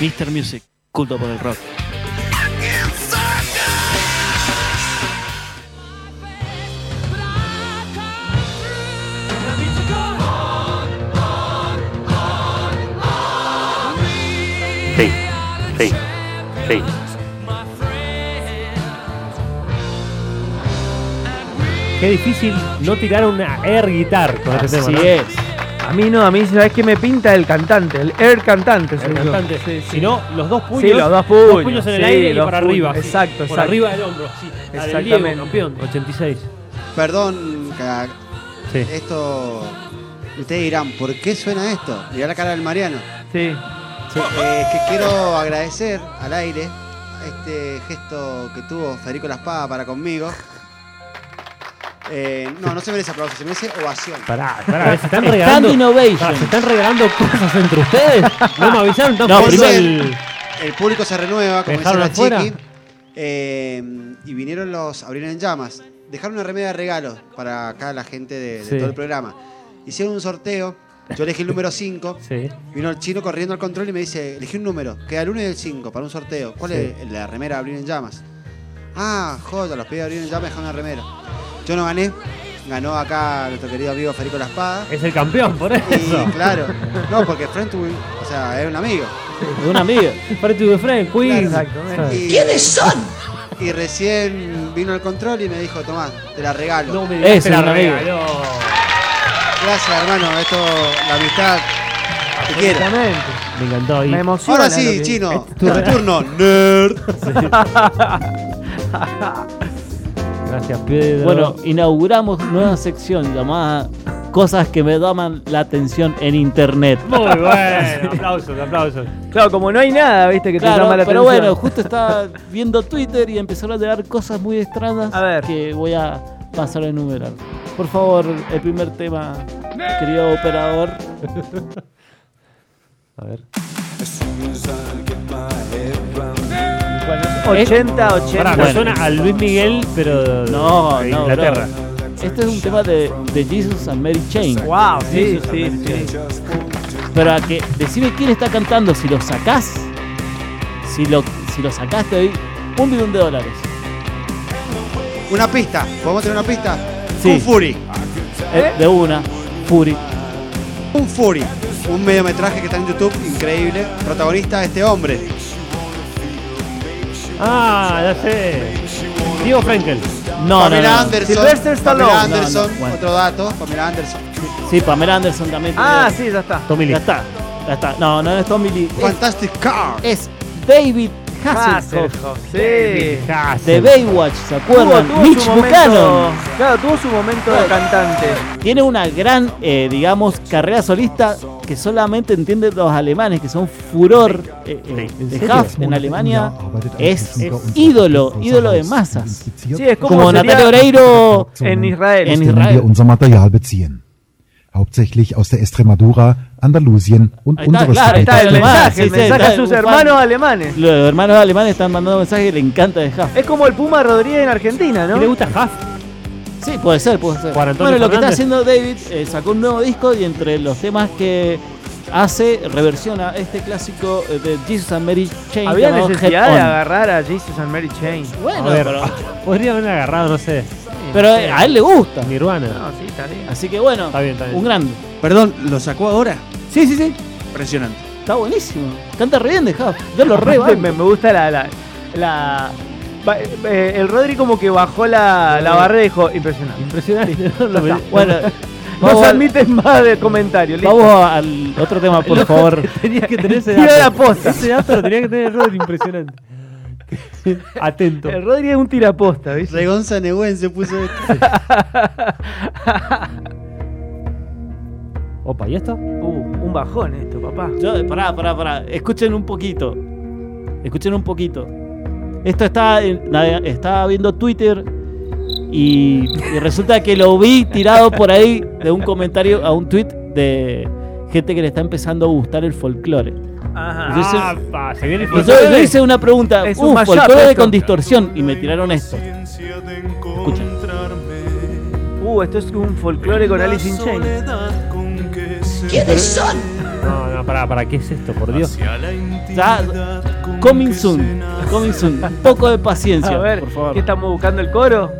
Mr. Music, culto por el rock. Sí, sí, sí. Qué difícil no tirar una air guitar con este tema. Así ¿no? es. A mí no, a mí sabes que me pinta el cantante, el air cantante. soy El yo. cantante. Sí, sí. Si no, los dos puños. Sí, los dos puños. en el Sí, aire y los para puños. arriba. así. Exacto, Por exacto. arriba del hombro. Sí. La del Diego, Exactamente. campeón, 86. Perdón, ca- Sí. esto. Ustedes dirán, ¿por qué suena esto? Mirá la cara del Mariano. Sí. Eh, que quiero agradecer al aire este gesto que tuvo Federico La Espada para conmigo. Eh, no, no se merece aplauso, se merece ovación. Pará, pará, se están Stand regalando. Innovation. Ah, se están regalando cosas entre ustedes. No me avisaron No, tampoco. primero el- El público se renueva, como decía ¿Dejaron la afuera? chiqui. Eh, y vinieron los abrieron en llamas. Dejaron una remedia de regalo para acá la gente de, de Sí. todo el programa. Hicieron un sorteo. Yo elegí el número 5. Sí. Vino el chino corriendo al control y me dice, elegí un número, queda el 1 y el 5 para un sorteo. ¿Cuál Sí. es la remera de Abrir en Llamas? Ah, joder, los pide Abrir en Llamas y dejaron una remera. Yo no gané, ganó acá nuestro querido amigo Federico La Espada. Es el campeón, por Y eso. claro, no, porque Friend to Win, o sea, es un amigo. De un amigo. Party to the Friend, Queen. Claro, exactamente. ¿Quiénes son? Y recién vino al control y me dijo, Tomás, te la regalo. No me digas Es que la un amigo. regaló. Gracias, hermano, esto, la amistad, te quiero. Exactamente. Me encantó. y- Me emociona. Ahora sí, lo que- chino, es tu tu re- turno, nerd. Gracias, Pedro. Bueno, inauguramos nueva sección llamada Cosas que me llaman la atención en internet. muy bueno. aplausos, aplausos. Claro, como no hay nada, viste, que te Claro, llama la pero atención. bueno, justo estaba viendo Twitter y empezaron a llegar cosas muy extrañas A ver. que voy a pasar a enumerar. Por favor, el primer tema, querido operador. A ver. Bueno, 80, 80. Pará, me Bueno. suena a Luis Miguel, pero. No, de no, Inglaterra. Este es un tema de, de Jesus and Mary Chain. Wow, sí, sí, sí. Pero a que decime quién está cantando, si lo sacás, si lo, si lo sacás te doy un millón de dólares. Una pista, ¿podemos tener una pista? Sí. Un Fury. Eh, De una, Fury. Un Fury, un mediometraje que está en YouTube, increíble. Protagonista este hombre. Ah, ya sé. Diego Frankel. No, no, Pamela no, no. Anderson. Sylvester Stallone. Pamela Anderson, No, no, bueno. otro dato, Pamela Anderson. Sí, Pamela Anderson también. te Ah, doy. sí, ya está. Tommy Lee. Ya está, ya está. No, no es Tommy Lee. Es- Fantastic Car. es David Hasselhoff Hasselhoff, Sí. Ah, de Baywatch, ¿se acuerdan? Mitch su momento, Buchanan claro, tuvo su momento de cantante. tiene una gran, eh, digamos, carrera solista que solamente entienden los alemanes, que son furor. Eh, eh, Sí. de Huff en Alemania es, es ídolo, ídolo de masas. Sí, es como, Como sería Natalia Oreiro en Israel. este en Wenn Israel. wir unser Material beziehen. Hauptsächlich aus der Extremadura, Andalusien und Ahí está, unseres claro, Ahí está el Alemán, mensaje, el sí, sí, mensaje está a sus un fan. hermanos alemanes. Los hermanos alemanes están mandando mensajes, le encanta de Huff. Es como el Puma Rodríguez en Argentina, ¿Y le ¿no? gusta Huff? Sí, puede ser, puede ser. Juan Antonio bueno, lo que está haciendo Fernández. David, eh, sacó un nuevo disco y entre los temas que hace, reversiona este clásico eh, de Jesus and Mary Chain. Había llamado necesidad Head de On. agarrar a Jesus and Mary Chain. Bueno, a ver, ah, pero, podría haber agarrado, no sé, pero a él le gusta. Nirvana. No, sí, está bien. Así que bueno, Está bien, está bien. un grande. Perdón, ¿lo sacó ahora? Sí, sí, sí. Impresionante. Está buenísimo. Canta re bien de Huff. Yo lo re Aparte, banco. me, me gusta la. la, la- ba- eh, el Rodri como que bajó la, la barrera y dijo, impresionante. Impresionante. No lo está. vi. Bueno, No vamos, se al- admiten más de comentarios. listo. vamos al otro tema, por favor. Tenía que tener ese Tira dato. la posta. Ese dato lo tenía que tener Rodri, impresionante. Atento. El Rodri es un tiraposta, ¿viste? Regonza Nehuen se puso esto. Opa, ¿y esto? Uh, un bajón esto, papá. Yo, pará, pará, pará. Escuchen un poquito. Escuchen un poquito. Esto está, en- navega- estaba viendo Twitter y, y resulta que lo vi tirado por ahí de un comentario a un tweet de gente que le está empezando a gustar el folclore. Ajá. Ah, Yo hice- Apa, se viene el Y yo, folclore. yo hice una pregunta, Pues Es un un mashup folclore esto". con distorsión y me tiraron esto. Escuchen. Uh, esto es un folclore con Alice in Chains. ¿Quiénes son? No, no, pará, pará, ¿qué es esto? Por Dios. Ya, coming soon. Coming soon. Un poco de paciencia, A ver, por favor. ¿qué estamos buscando el coro?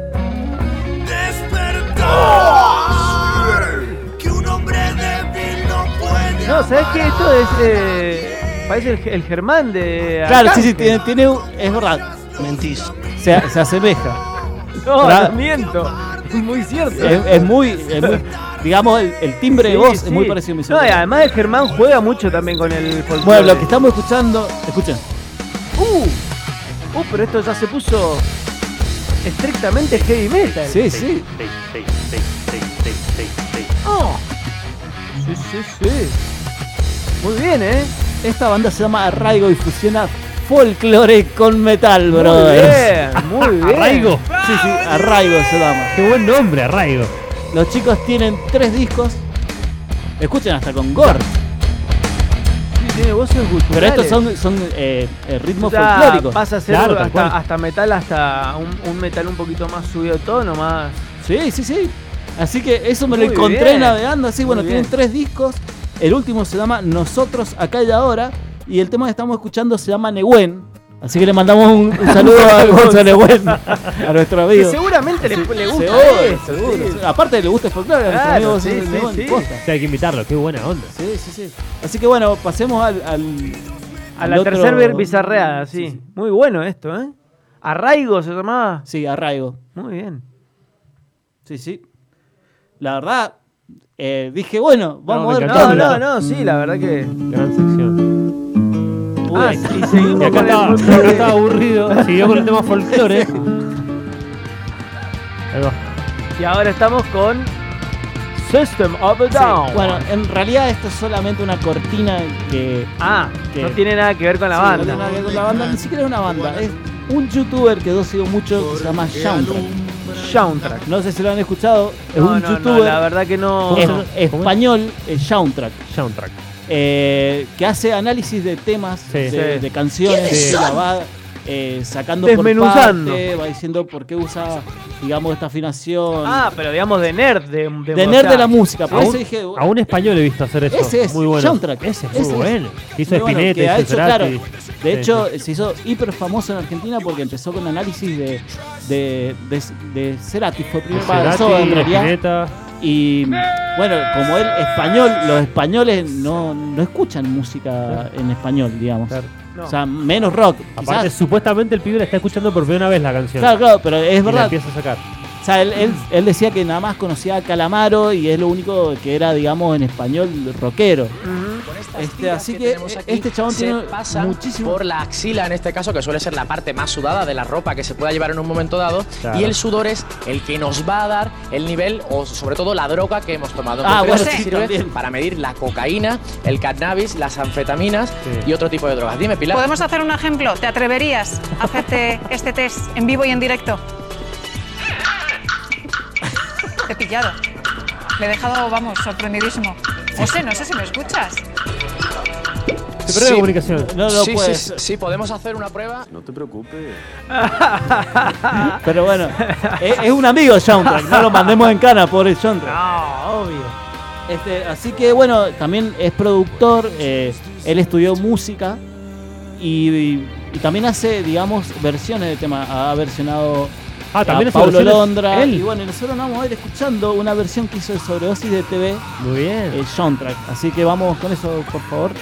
No, ¿sabes qué? Esto es. eh, parece el, el Germán de. Claro, sí, Arcángel. sí, tiene, tiene un- es verdad. Mentís. Se, se asemeja. No, Tra- no miento. Es Muy cierto. Es, es muy, es muy- Digamos, el, el timbre de Sí, voz sí. es muy parecido a mi No, y sobrino. además el Germán juega mucho también con el folclore. Bueno, lo que estamos escuchando. Escuchen. Uh, uh, pero esto ya se puso estrictamente heavy metal. Sí, sí. Oh. Sí, sí, sí. Muy bien, ¿eh? Esta banda se llama Arraigo y fusiona folclore con metal, bro. Muy bien, muy bien. Arraigo. Sí, sí, Arraigo se llama. Qué buen nombre, Arraigo. Los chicos tienen tres discos. Escuchen hasta con gore. Sí, tiene voces culturales. Pero estos son, son eh, eh, ritmos Ya folclóricos. pasa a ser Claro, tal cual. hasta, hasta metal, hasta un, un metal un poquito más subido de tono, más. Sí, sí, sí. Así que eso me lo Muy encontré bien. navegando así. Muy Bueno, tienen bien. tres discos. El último se llama Nosotros acá y ahora. Y el tema que estamos escuchando se llama Nehuen. Así que le mandamos un, un saludo a Gonzalo Nehuen, a nuestro Que amigo. seguramente le, le gusta. Seguro, eso, seguro. eh, sí. Aparte le gusta el folclore, a nuestro Claro, amigo sí, Gonzalo sí, Nehuen, sí. posta. O sea, hay que invitarlo, qué buena onda. Sí, sí, sí. Así que bueno, pasemos al. al- A al la otro- tercera bir- bizarreada, sí. Muy bueno esto, ¿eh? Arraigo se llamaba. Sí, arraigo. Muy bien. Sí, sí. La verdad, eh, dije, bueno, vamos me a ver. encantó, No, qué no, onda. no, sí, la verdad que. Gran sección. Ah, Pude- y Y seguimos acá con estaba, el acá estaba folclore. aburrido. Siguió con el tema folclore. Ahí va. Y ahora estamos con System of a Sí, Down. Bueno, en realidad esto es solamente una cortina que... Ah, que- no tiene nada que ver con la sí, no banda. tiene nada que ver con la banda, ni siquiera es una banda, es un youtuber que yo sigo mucho que se llama Soundtrack. Soundtrack. No sé si lo han escuchado, es No, un no, no, youtuber la verdad que no. es- ¿Cómo español, eh, Soundtrack, Soundtrack. eh, que hace análisis de temas, de, Sí. de canciones, ¿Quiénes la va eh, sacando Desmenuzando. por parte, va diciendo por qué usa, digamos, esta afinación. Ah, pero digamos de nerd. De, de, de o nerd sea, de la música, por A eso un, dije, a un español he visto hacer eso. Ese es, muy bueno. soundtrack. Ese es Ese muy es. bueno. Hizo Muy bueno, Spinetta, que ha hizo hecho, claro. Cerati. De Sí, hecho, sí. se hizo hiper famoso en Argentina porque empezó con análisis de, de, de, de Cerati, fue el primer Cerati, paso en realidad. Spinetta. Y bueno, como él español, los españoles no, no escuchan música en español, digamos. Claro. No. O sea, menos rock. quizás. Aparte, supuestamente el pibe la está escuchando por primera vez la canción. Claro, claro, pero es Y la verdad. empieza a sacar. O sea, él, él- él decía que nada más conocía a Calamaro y es lo único que era, digamos, en español rockero. Ujú. Este, así que, tenemos eh, este chabón se tiene pasa muchísimo- por la axila en este caso, que suele ser la parte más sudada de la ropa que se pueda llevar en un momento dado. Claro. Y el sudor es el que nos va a dar el nivel o sobre todo la droga que hemos tomado. Ah, Entonces, bueno, se sí, sirve también. para medir la cocaína, el cannabis, las anfetaminas Sí. y otro tipo de drogas. Dime, Pilar. ¿Podemos hacer un ejemplo? ¿Te atreverías a hacerte este test en vivo y en directo? Te he pillado. Le he dejado, vamos, sorprendidísimo. José, no sé si me escuchas. Se perdió la comunicación. No lo sí, sí, puede sí, ser. sí, podemos hacer una prueba. Pero bueno, es, es un amigo Soundtrack, no lo mandemos en cana, pobre Soundtrack. No, Ah, obvio. Este, así que bueno, también es productor, eh, él estudió música y, y- y también hace, digamos, versiones de temas. Ha versionado Ah, también a hace Pablo versiones Londra. él. Y bueno, nosotros nos vamos a ir escuchando una versión que hizo de Sobredosis de TV, Muy bien. el Soundtrack. Así que vamos con eso, por favor.